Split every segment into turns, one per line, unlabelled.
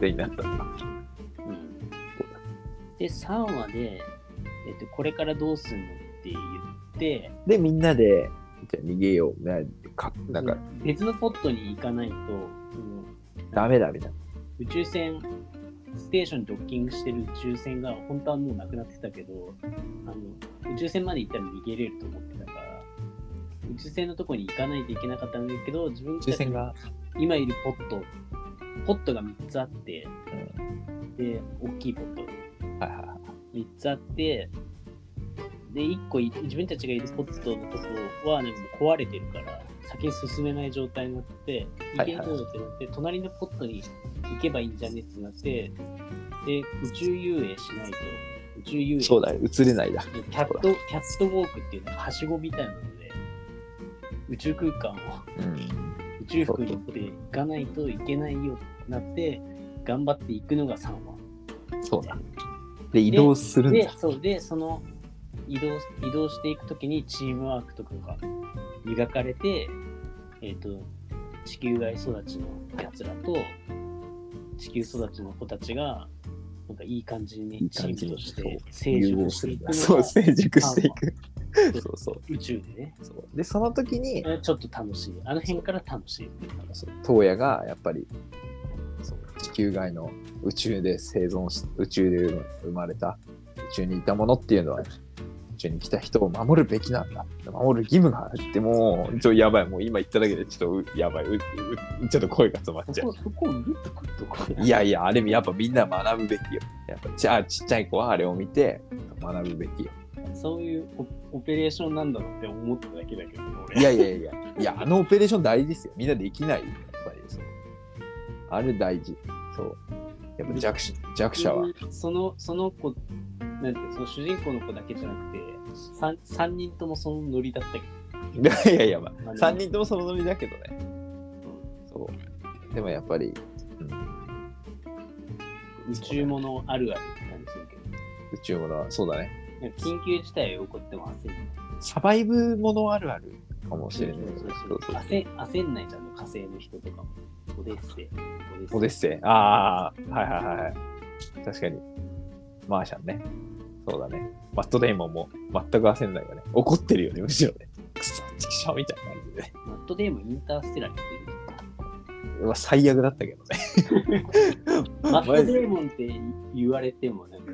手になった。
うんで、3話で、えっと、これからどうすんのって言って、
で、みんなで、じゃあ逃げよう。なかなんか、
別のポットに行かないと、その
ダメだみたいな。
宇宙船ステーションにドッキングしてる宇宙船が本当はもうなくなってたけどあの宇宙船まで行ったら逃げれると思ってたから宇宙船のとこに行かないといけなかったんだけど自分たち
が。
今いるポットポットが3つあって、で大きいポット
はいはいはい。
3つあってで1個い自分たちがいるポットのとこはなんかもう壊れてるから先に進めない状態になって行
はい
けそうってなって、隣のポットに行けばいいんじゃねってなってで宇宙遊泳しないと宇宙遊泳
そうだよ、映れないだ。
キャットキャットウォークっていうのはしごみたいなので宇宙空間を
うん。
宇宙服に乗って行かないといけないよってなって頑張って行くのが3話。
そうだ。で、移動するん
で
だ。
そうでその移動移動していくときにチームワークとかが磨かれて、えー、と地球外育ちのやつらと地球育ちの子たちがなんかいい感じ
い
に
い
チー
感じ
ム
に
として成
融合
熟し
す
て
る
い
ん
く
だ。
の
そう、成熟し
が
ていく。そうそう
宇宙でね
そう。で、その時に、
ちょっと楽しいあの辺から楽しい
そう東野がやっぱりそう地球外の宇宙で生存し宇宙で生まれた宇宙にいたものっていうのは宇宙に来た人を守るべきなんだ守る義務があるってもうちょっとやばいもう今言っただけでちょっとうやばいううちょっと声が詰まっちゃ
そうこそこをぐっとくっとこう
いやいやあれやっぱみんな学ぶべきよやっぱちあちっちゃい子はあれを見て学ぶべきよ
そういうオオペレーションなんだろうって思っただけだけど俺
いやいやいやいやあのオペレーション大事ですよみんなできないよやっぱりそうあれ大事そうやっぱ弱者弱者は
そのその子なんていうのその主人公の子だけじゃなくて 3, 三人ともそのノリだったけど
い やいやいや、ま
まあ
あ、
ね
3人ともそのノリだけどね。そう。でもやっぱり、うん、
宇宙ものあるあるって感じするけど
宇宙ものは、そうだね。
なんか緊急事態が起こっても焦んない
サバイブものあるあるかもしれない。
そ
そうう
そう
そう
焦焦んないじゃん火星の人とかもオデッセイ
オデッセイ。ああ、はいはいはいはい。確かに。マーシャンね。そうだね。マットデイモンも全く焦んないよね。怒ってるよね、むしろね。くそ、ちくしょうみたいな感じでね。
マットデイもインターステラーに出て る
うわ最悪だったけどね。
マットデイモンって言われてもなんか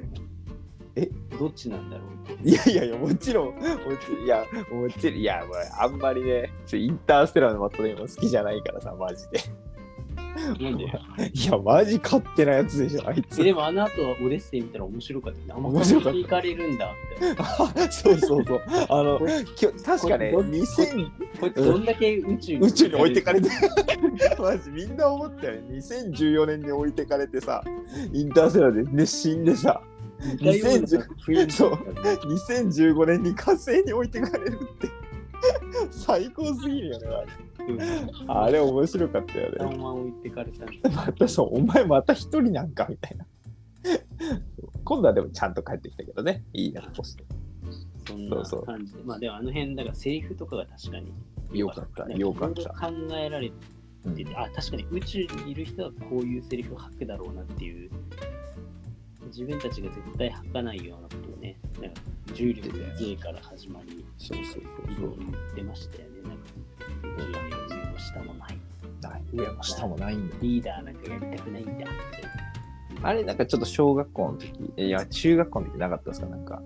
え
どっちなんだろう
いやいやいや、もちろん、もちろん、いや、もちろん、いや、もうあんまりね、ちょインターステラーのマットデイモン好きじゃないからさ、マジで。
なんで
いや、マジ勝手なやつでしょ、あいつ
え。でもあの後はオデッセイ見たら面白かったよねあ
面白かった
行かれるんだみたい な
そうそうそう。あの、きょ確かね、
こ
2000
こいつどんだけ宇宙
宇宙に置いてかれて、 マジみんな思ったよね。2014年に置いてかれてさ、インターセラーで、ね、死んでさ、
似たような雰囲気だったね
2015年に火星に置いてかれるって、 最高すぎるよね。あれあれ面白かったよね。
3万置いてかれたんだ
またそう、お前また一人なんかみたいな。今度はでもちゃんと帰ってきたけどね、いいやつとして。
そん
そうそう
な感じでまあでもあの辺だからセリフとかが確かに
よかった、
ね
よかっ
いろ
た。
いろ考えられて
うん
てあ確かに宇宙にいる人はこういうセリフを吐くだろうなっていう自分たちが絶対吐かないようなことをねなんか重力の税から始まり
そうそう
い
そ
ろ
う
いろ言ってましたよねなんか宇宙には上も下もない
ない上も下もないんだ
リーダーなんかやりたくないんだって
あれなんかちょっと小学校の時いや中学校の時なかったですかなんか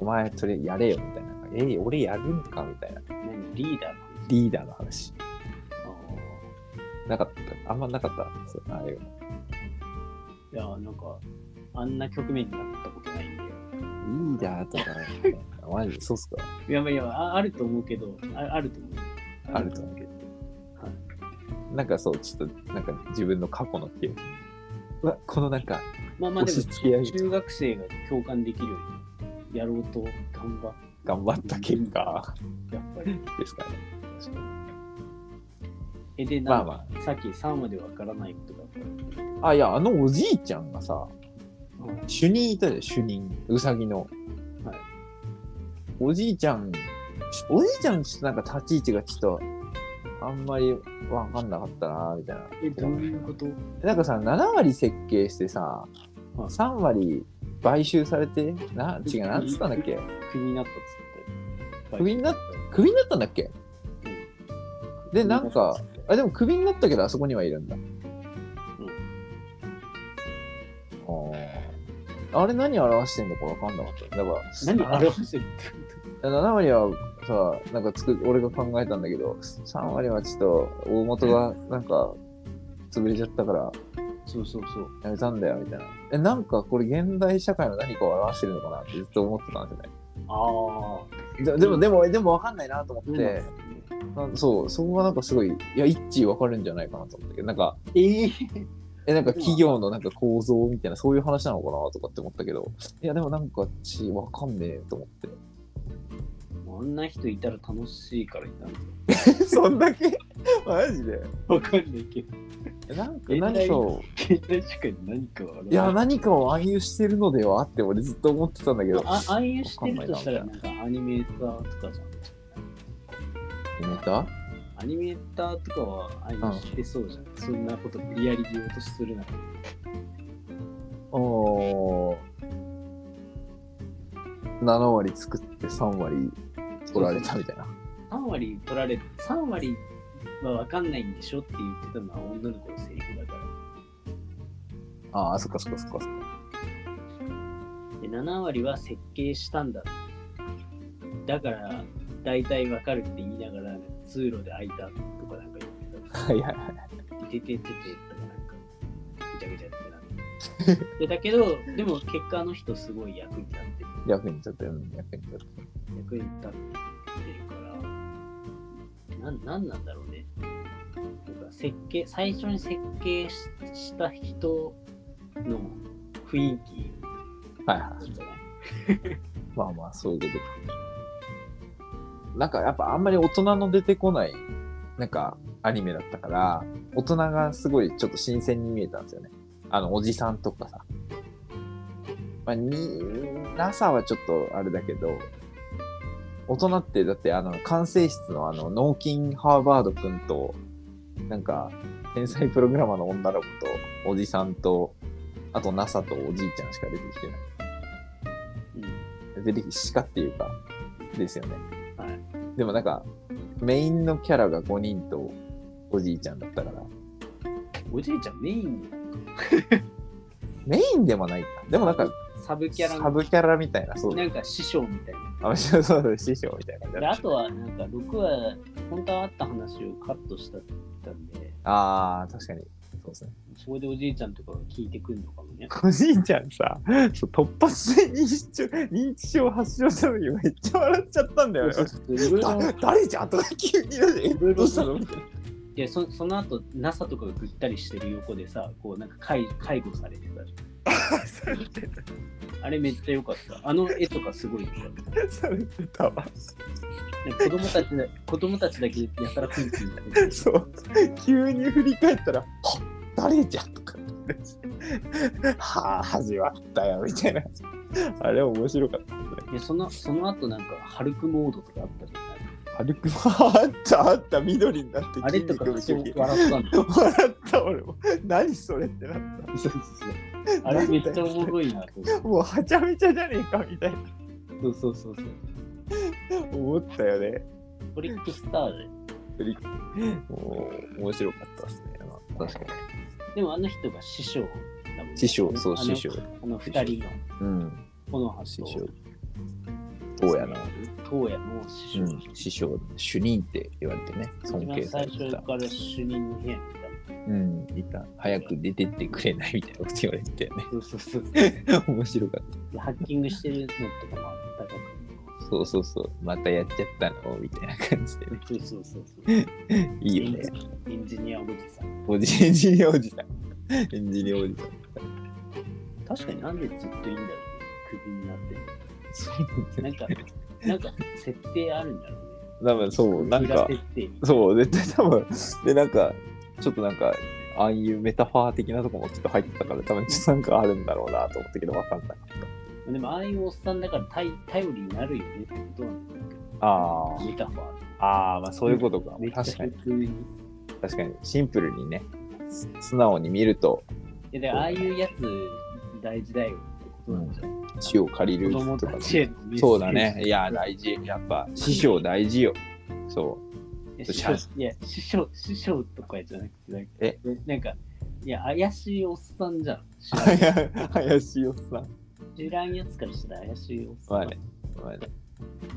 お前それやれよみたいなえー俺やるんかみたいな
何リーダーの話
リーダーの話
あー
なかったあんまなかったそうあれ
いや、なんか、あんな局面になったことないんで。
リーダーとかねマジそうっすか
いや、まあいや、ああると思うけど、ああると思う。
あると思う
けど。
なんかそうちょっとなんか自分の過去の記憶うわこのなんか
まあまあ、で
押し付け合
も、
い
中学生が共感できるように、やろうと頑張っ
頑張った結果
て、やっぱり。
ですかね
え、で、
ま
な
あ
んか、
ま
さっき3までわからないことがあった。
ああいやあのおじいちゃんがさ
うん
主任いたで主任うさぎの、
はい
おじいちゃんおじいちゃんちょっとなんか立ち位置がちょっとあんまりわかんなかったな、みたいな。
え、どういうこと
なんかさ、7割設計してさ、
はい
3割買収されて、な、違う、なんつったんだっけ
クビになったっつって。
クビになっクビになったんだっけで、なんか、あ、でもクビになったけど、あそこにはいるんだ。あーあれ何表してんのかわかんなかった。だから、
何
あ
表してるって
7割はさ、なんかつく、俺が考えたんだけど、3割はちょっと、大元がなんか、潰れちゃったから、
そうそうそう。
やめたんだよ、みたいな。え、なんかこれ現代社会の何かを表してるのかなってずっと思ってたんですよね。
あ
で
あ。
でも、でも、でも分かんないなと思
ど
っ
うなん
て
す、かね
なんそう、そこがなんかすごい、いや、一致分かるんじゃないかなと思ったけど、なんか、
ええ
え、なんか企業のなんか構造みたいな、そういう話なのかなとかって思ったけど、いや、でもなんか、ち、分かんねえと思って。
あんな人いたら楽しいからいたんですよ。
そんだけマジで
わかんないけど。
えなんか、
現代
何そう。
現代社会に何かはある
いや、何かを暗喩してるのではって俺ずっと思ってたんだけど、
あああいうしてるとしたら、なんかアニメーターとかじゃん。
ネタ
アニメーターとかはああいうのしてそうじゃん。そんなこと無理やり言おうとするなら。
おー7割作って3割取られたみたいな。
3割取られて、3割はわかんないんでしょって言ってたのは女の子のセリフだから。
ああ、そっかそっかそっかそっか。
で7割は設計したんだだから大体わかるって言いながら通路で開いたとかなんか言っ て
はいはいはい。
たててててとかなんかぐちゃぐちゃってなってでだけどでも結果あの人すごい役に立ってる
役に立って、うん、役に立って。
役に立ってるからなんなんなんだろうねなんか設計最初に設計しした人の雰囲気
はいはい。
なんじゃない
まあまあ、そういうことかなんかやっぱあんまり大人の出てこない、なんかアニメだったから、大人がすごいちょっと新鮮に見えたんですよね。あの、おじさんとかさ。まあ、に、なさはちょっとあれだけど、大人ってだってあの、管制室のあの、脳筋ハーバードくんと、なんか、天才プログラマーの女の子と、おじさんと、あと NASA とおじいちゃんしか出てきてない。
うん
出てきしかっていうかですよね
はい
でもなんかメインのキャラが5人とおじいちゃんだったから
おじいちゃんメイン
メインでもないかでもなんか
サブキャラ
サ
の
ブキャラみたいなそう
なんか師匠みたい
あそうそうそう師匠みたいな感
な。
じ
で
だ
あ
った
とは、なんか6話、本当はあった話をカットしたって言ったんで、
あー確かにそうですね
そこでおじいちゃんとかが聞いてくるの かもね。
おじいちゃんさそう突発性認知症認知症発症した時めっちゃ笑っちゃったんだよね
いろいろ、
だ誰じゃんとか急になんでえ
いろいろ
どうしたのみたい
でそその後 NASA とかがぐったりしてる横でさ、こうなんか介介護されてたじ
なされてた
ゃん。あれめっちゃ良かった。あの絵とかすごい良かった。
されてたわ
なんか子供たちだ、子供たちだけやたらピンピンしてる
そう急に振り返ったら「はっ誰じゃ」とかってはあ始まったよ」みたいなあれ面白かったね
でその、その後なんか、ハルクモードとかあったじゃない
歩くあったあった緑になって
あれとか
め
そう
ちゃ
笑ったんだよ。
笑った俺も何それってなっ
そうそうそうあれめっちゃおもろいなと思って。
たもうはちゃめちゃじゃねえかみたいな
そうそうそうそう。
思ったよね
トリックスターで。
もう面白かったですね、まあ、確かに
でもあの人が師匠だもんね。
師匠そう
あの
師匠
あの二人の、
うん
この葉と、
師匠どうやな
東野の師
う
匠。
ん、師匠主任って言われてね尊
一番
敬さ
最
れて
初
た
から主任の部屋にい
うん、いた。早く出てってくれないみたいなこと言われてたよね。
たの。そうそうそう。
面白かっ
でハッキングしてるのとかもあったかく
た。そうそうそう。またやっちゃったのみたいな感じでね。
そうそうそうそう。
いいよね。
エンジニアおじさん。
おじエンジニアおじさん。エンジニアおじさん。
確かになんでずっといいんだろうね。クビになってる。
そう
なんか、なんか設定あるんだろうね。
多分そう、なん
裏
か、
設定みたいな
そう、絶対多分、で、なんか、ちょっとなんか、ああいうメタファー的なとこもちょっと入ってたから、多分ちょっとなんかあるんだろうなと思ったけど、わかんなかっ
でもああいうおっさんだから頼頼りになるよねってことなんだけ
た。あ
ど、メタファー。
あああ、まあそういうことか
めっ。ちゃ
確か
普
に、
通に。い
確かに。シンプルにね、す素直に見ると、
や、でああいうやつ大事だよってことなんじゃない、
地を借りる
子供
と
た
か。
ちへのメッセージ。
そうだね。いや、大事。やっぱ、師匠大事よ。そう。
いや師匠いや、師匠、師匠とかじゃなくて、なんか、
え
なんかいや、怪しいおっさんじゃん。知らん
林よさん。
知らんやつからしたら怪しいおっさん。
まあね。まあね。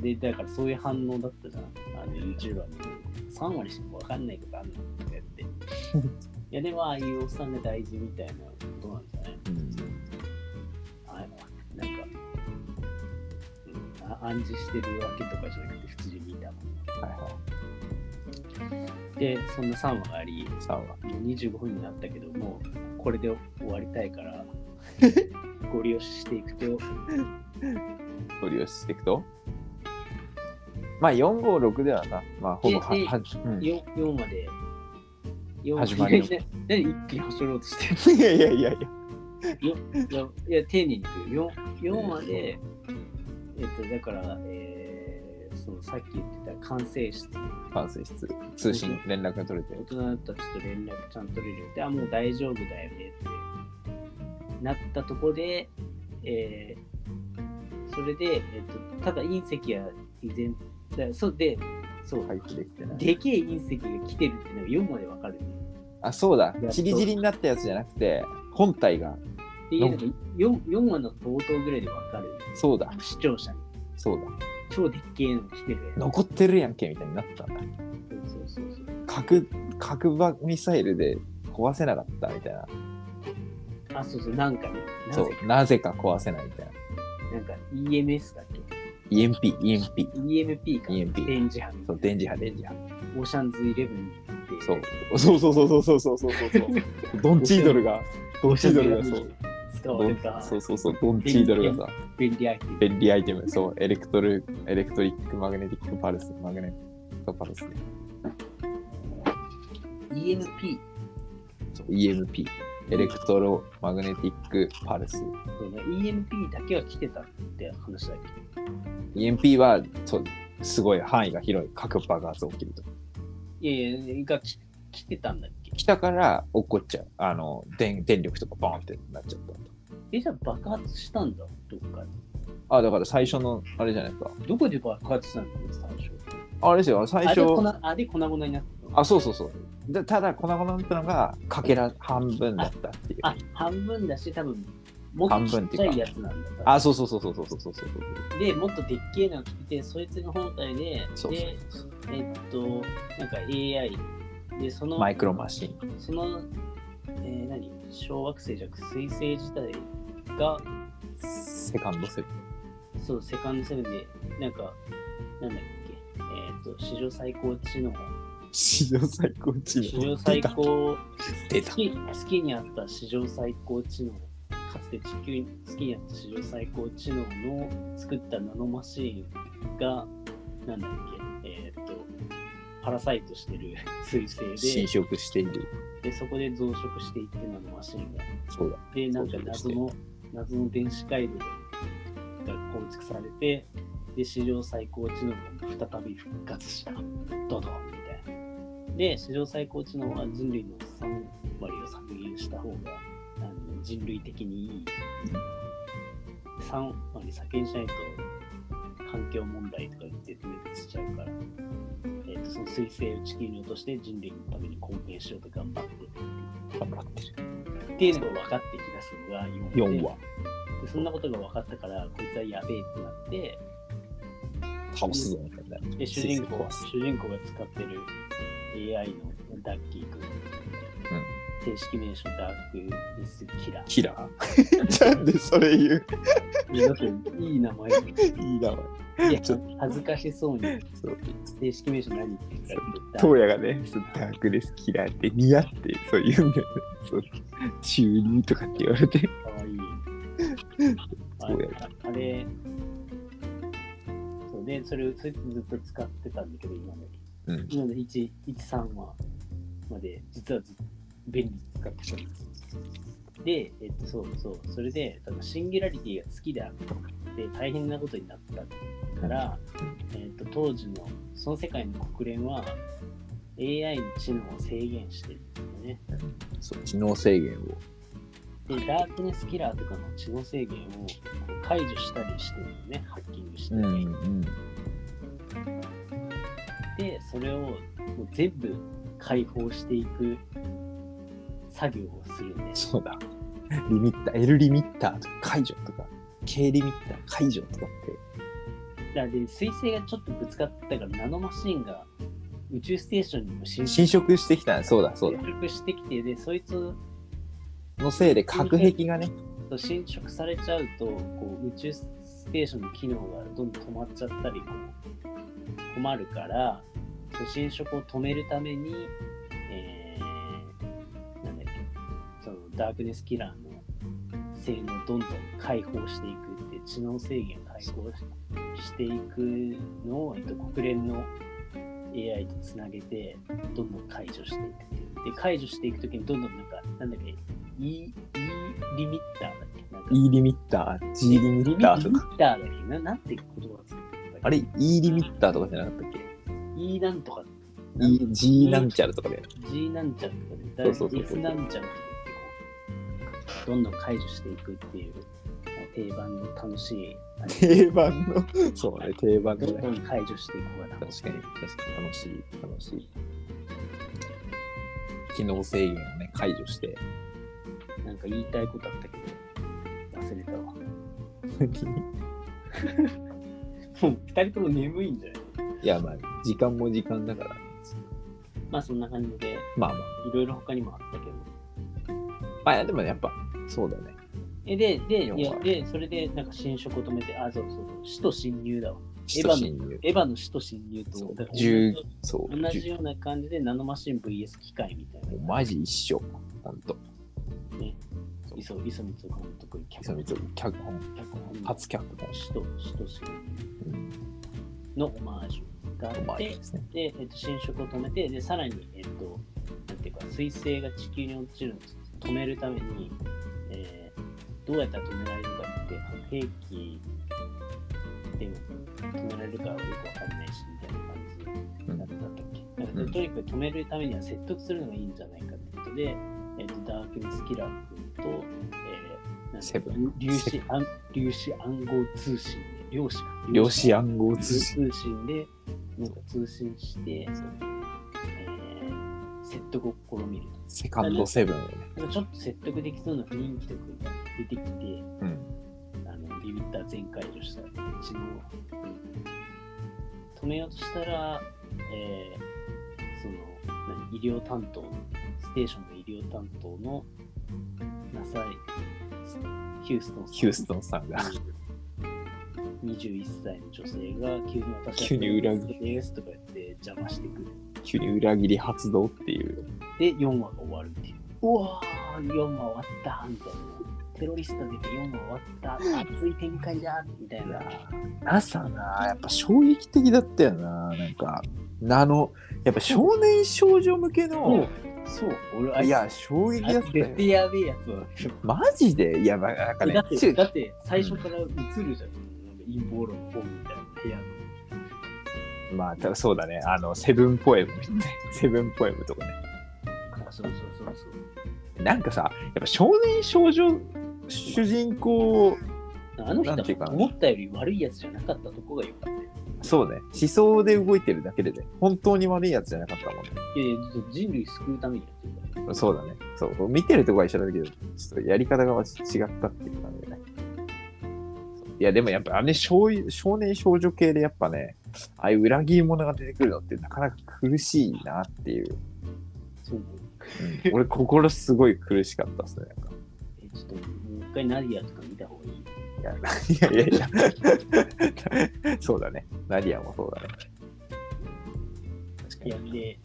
で、だからそういう反応だったじゃん。あの、YouTuber の。3割しかわかんないことあんのとか やって。いや、でも、ああいうおっさんが大事みたいなことなんじゃない
うん
あのなんか、うんあ、暗示してるわけとかじゃなくて、普通に見たもん。
はいは
で、そんな3話があり、
い。さんは。
もう25分になったけどもうこれで終わりたいから ご利用ししていくと
取り寄せていくと。まあ、4、5、6ではな。まあ、ほぼは、
で
は、うん。い
4, 4まで4
始まりよ
何一気に走ろうとして
やいやいやいや。
るいやいや丁寧にいくよ 4, 4までえっとだから、えーそのさっき言ってた管制室
完成室。通信、連絡が取れて
大。人たちと連絡ちゃんと取れるよってあもう大丈夫だよねってなったとこで、えーそれで、えっとただ隕石は依然だそうでそう、
回避できてない。
でけえ隕石が来てるっていうのが4までわかるね
あ、そうだ
やっ。と
チリチリになったやつじゃなくて、本体が。
っていうのが 4, 4話の冒頭ぐらいでわかる
そうだ。
視聴者に
そうだ。
超でっけえの来てるや
残ってるやんけ、みたいになったんだ。
つそうそうそうそう
核、核爆ミサイルで壊せなかった、みたいな。
あそうそうなんかねなぜ
そ
か
う。なぜか壊せないみたいな。
なんか EMS だっけ
EMP、EMP。
EMP か
EMP
電磁波みたいな
そう、電磁波、電磁波。
オーシャンズイレブンって
そう。そうそうそうそうそうそうそうそう。ドンチードルが、ドンチードルがそう。
使
ド
われ
ン
た
そうそうそう、ドンチードルがさ、
便利アイテム。
便利アイテム、そう、エレクトル、エレクトリックマグネティックパルス、マグネットパルス、
EMP
そう EMP、エレクトロマグネティックパルス。
そうね EMP だけは来てたって話だっけ
EMP は、そう、すごい範囲が広い、核爆発起きると。
いやいや、がき来てたんだっけ
来たから起こっちゃう。あの、電電力とかバーンってなっちゃったと。
え、じゃあ爆発したんだ、どっかで。
あ、だから最初の、あれじゃないですか。
どこで爆発したんだ最初。
あれですよ、最
あれ
初。
粉あれ粉々になったの
あ、そうそうそう。でただ、粉々になったのが、かけら半分だったっていう。あ
あ、半分だし、多分もっ
半
とち
分っ
ってちゃ
いうか
いやつなんだ多分
そうそうそうそうそうそうそうそう。
で、もっとでっけえのが来てて、そいつの本体で、
そう
で、えっと、なんか AI、で、その、
マイクロマシン。
その、えー何小惑星じゃなく彗星自体が
セカンドセブン。
そうセカンドセブンでなんかなんだっけえっ、と史上最高知能
史上最高知能。
史上最高
出た。
月月にあった史上最高知能かつて地球に月にあった史上最高知能の作ったナノマシンがなんだっけえっ、とパラサイトしてる彗星
侵
で
食している。
でそこで増殖していってナノマシンが
そうだ。
で、なんか謎の、謎の電子回路が構築されて、で、史上最高知能が再び復活した。ドドンみたいな。で、史上最高知能は人類の3割を削減した方が、あの人類的にいい。3割削減しないと、環境問題とか絶滅しちゃうから、えっとその彗星を地球に落として人類のために貢献しようと頑張って
頑張ってる。
っていうのが分かってきだすのが4で
4話。
でそんなことが分かったからこいつはやべえってなって
倒すぞ、みたいな。
で主人
水
公
壊す
主人公が使ってる AI のダッキー君、正式名称ダークミスキラ
キラー。 なんでそれ言う
ーだっていい名前だけ
いいな。
どいや
ちょっ
恥ずかしそうに
そう
正式名称何って言ったら
東野がね、そうダークレスキラーって似合って、そう言うんだよね。そう。中二とかって言われて。
かわいい。あ
そうや
あれ、そうで、それをずっと使ってたんだけど、今まで。
うん
今の1、1、3話まで、実はずっと便利に使ってたんです。で、えっと、そうそう、それで、多分シンギュラリティが好きだって大変なことになったから、えっと、当時の、その世界の国連は、AI の知能を制限してるんですよね。
そう知能制限を
で、ダークネスキラーとかの知能制限をこう解除したりしてるのね、ハッキングして。
ん
で、それをもう全部解放していく作業をするんです。
そうだリミッター L リミッターとか解除とか K リミッター解除とかって
だで彗星がちょっとぶつかったからナノマシンが宇宙ステーションにも侵
侵食してきたそうだそうだ
侵食してきてでそいつ
のせいで核壁がね
と侵食されちゃうとこう宇宙ステーションの機能がどんどん止まっちゃったりこう困るからその侵食を止めるために、えー、なんだっけそのダークネスキラーの性能をどんどん解放していくって知能制限を解放ししていくのを、えっと、国連の AI とつなげてどんどん解除していくっていうで解除していくときにどんどんなんかなんだっけ E, e リミッターだっけなんか
E リミッター G リミッターと
リミ
か
ッターだっけななんて言葉がつくんだっけ
あれ E リミッターとかじゃなかったっけ
?E なんとか、
E G なんちゃらとかで
G なんちゃらとかで、
そうそうそう
S なんちゃらとかってこう、どんどん解除していくっていう、定番の楽しい、
定番のそうね定番
ど
の
ん
ね
どん解除していこうが楽し
確かに確かに楽しい楽しい機能制限をね解除して
い。なんか言いたいことあったけど、忘れたわ。 もう二人とも眠いんじゃない
いやまあ時間も時間だから
まあそんな感じで、
まあま
いろいろ他にもあったけ
あ
ど。
まあいやでもねやっぱそうだね
えで、で、
要はい
やで、それで、なんか侵食を止めて、あ、そうそうそう、死と侵入だわ。
使徒侵入
エヴァの死と侵入と、
そう
だから
十そう
同じ
十
ような感じでナノマシン VS 機械みたい
も
な
うマジ一緒ほんと
磯磯光監督脚
磯
本
光脚本
脚本
初脚本
使徒使徒主義
うん
のオマージュがあ
う
っ
まい
て
ですね
で、えっと、侵食を止めてでさらに、えっと、なんていうか彗星が地球に落ちるのを止めるために、えーどうやったら止められるかって核兵器でも止められるかはよくわかんないしみたいな感じ
うん
だったっけ、なんかでとにかく止めるためには説得するのがいいんじゃないかってことで、えっとダークネスキラー君と、えーなん
セ
だ
ブ
ろう
ン
粒子暗粒子暗号通信で量子か
量子暗号通
通
信
信でなんか通信して、えー説得を試みる
セカンドセブンをね
となんかちょっと説得できそうな雰囲気とかが出てきて
うん
あのビビった全解除した知能を止めようとしたら、えーその何医療担当ステーションの医療担当のナサヒューストンさん
ヒューストンさんが
21歳の女性が急に私
急に裏切
ですとか言って邪魔してくる。
急に裏切り発動っていう
で、4話が終わるっていう。うわー、4話終わったみたいな。テロリスト出て4話終わった。熱い展開だみたいな。
朝なやっぱ衝撃的だったよななんかあのやっぱ少年少女向けの、
そう、俺、あ
い
い
や
や、
衝撃だ
あ
っ
いつ
た
絶
よ
対やべえやつは。
マジでいやまあなんかね
だっ
ち
て、
ゅ
だって最初から映るじゃん。なんか陰謀論の本みたいな部屋の。
まあただそうだねあのセブンポエムみたいなセブンポエムとかね
そうそうそうそう。
なんかさやっぱ少年少女主人公
あの人
なんていうか
は
な
思ったより悪いやつじゃなかったとこが良かったよ。
そうね思想で動いてるだけでね本当に悪いやつじゃなかったもんね
いやいや、人類救うためにやってるから。
そうだねそう見てるとこは一緒だけどちょっとやり方が違ったっていう感じだねいやでもやっぱあれ少少年少女系でやっぱねああいう裏切り者が出てくるのってなかなか苦しいなっていう、
そうね。
うん俺心すごい苦しかったですねなんか
え、ちょっと、もう一回ナディアとか見た方がいい。
いや、いやいやいや。 そうだね。ナディアもそうだね。確か
いや
に。、
で、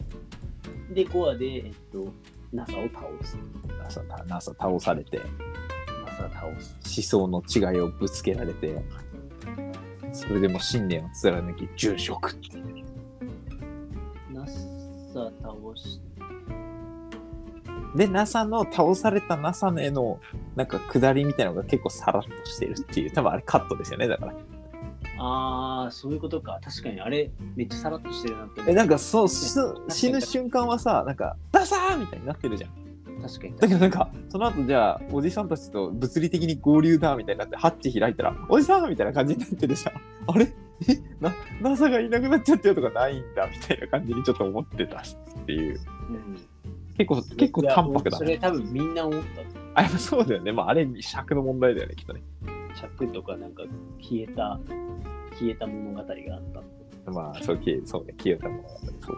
で、5話で、えっと、NASA を倒す。
NASA, NASA 倒されて、思
NASA 倒す。
想の違いをぶつけられて、それでも信念を貫き、殉職っていう。
NASA 倒し
で NASA の倒された NASA へのなんか下りみたいなのが結構さらっとしてるっていう多分あれカットですよねだから
ああ、そういうことか。確かに、あれ、めっちゃさらっとしてるなって思う。
えなんかそうす死ぬ瞬間はさなんか「NASA!」みたいになってるじゃん
確かに。
だけどなんかその後じゃあおじさんたちと物理的に合流だみたいになってハッチ開いたら「おじさん!」みたいな感じになっててさ 「あれえな NASA がいなくなっちゃったよ」とかないんだみたいな感じにちょっと思ってたっていう
うん
結構結構淡白だ
そ
ね
れ多分みんな思ったと思う。
あやっぱそうだよねまああれ尺の問題だよねきっとね
尺とかなんか消えた、消えた物語があった。
まあそう消えそうね消えたものだったりそう